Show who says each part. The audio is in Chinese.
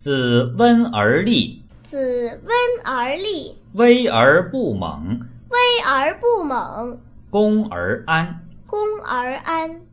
Speaker 1: 子温而立，
Speaker 2: 子温而立，
Speaker 1: 威而不猛，
Speaker 2: 威而不猛，
Speaker 1: 恭而安。
Speaker 2: 恭而安。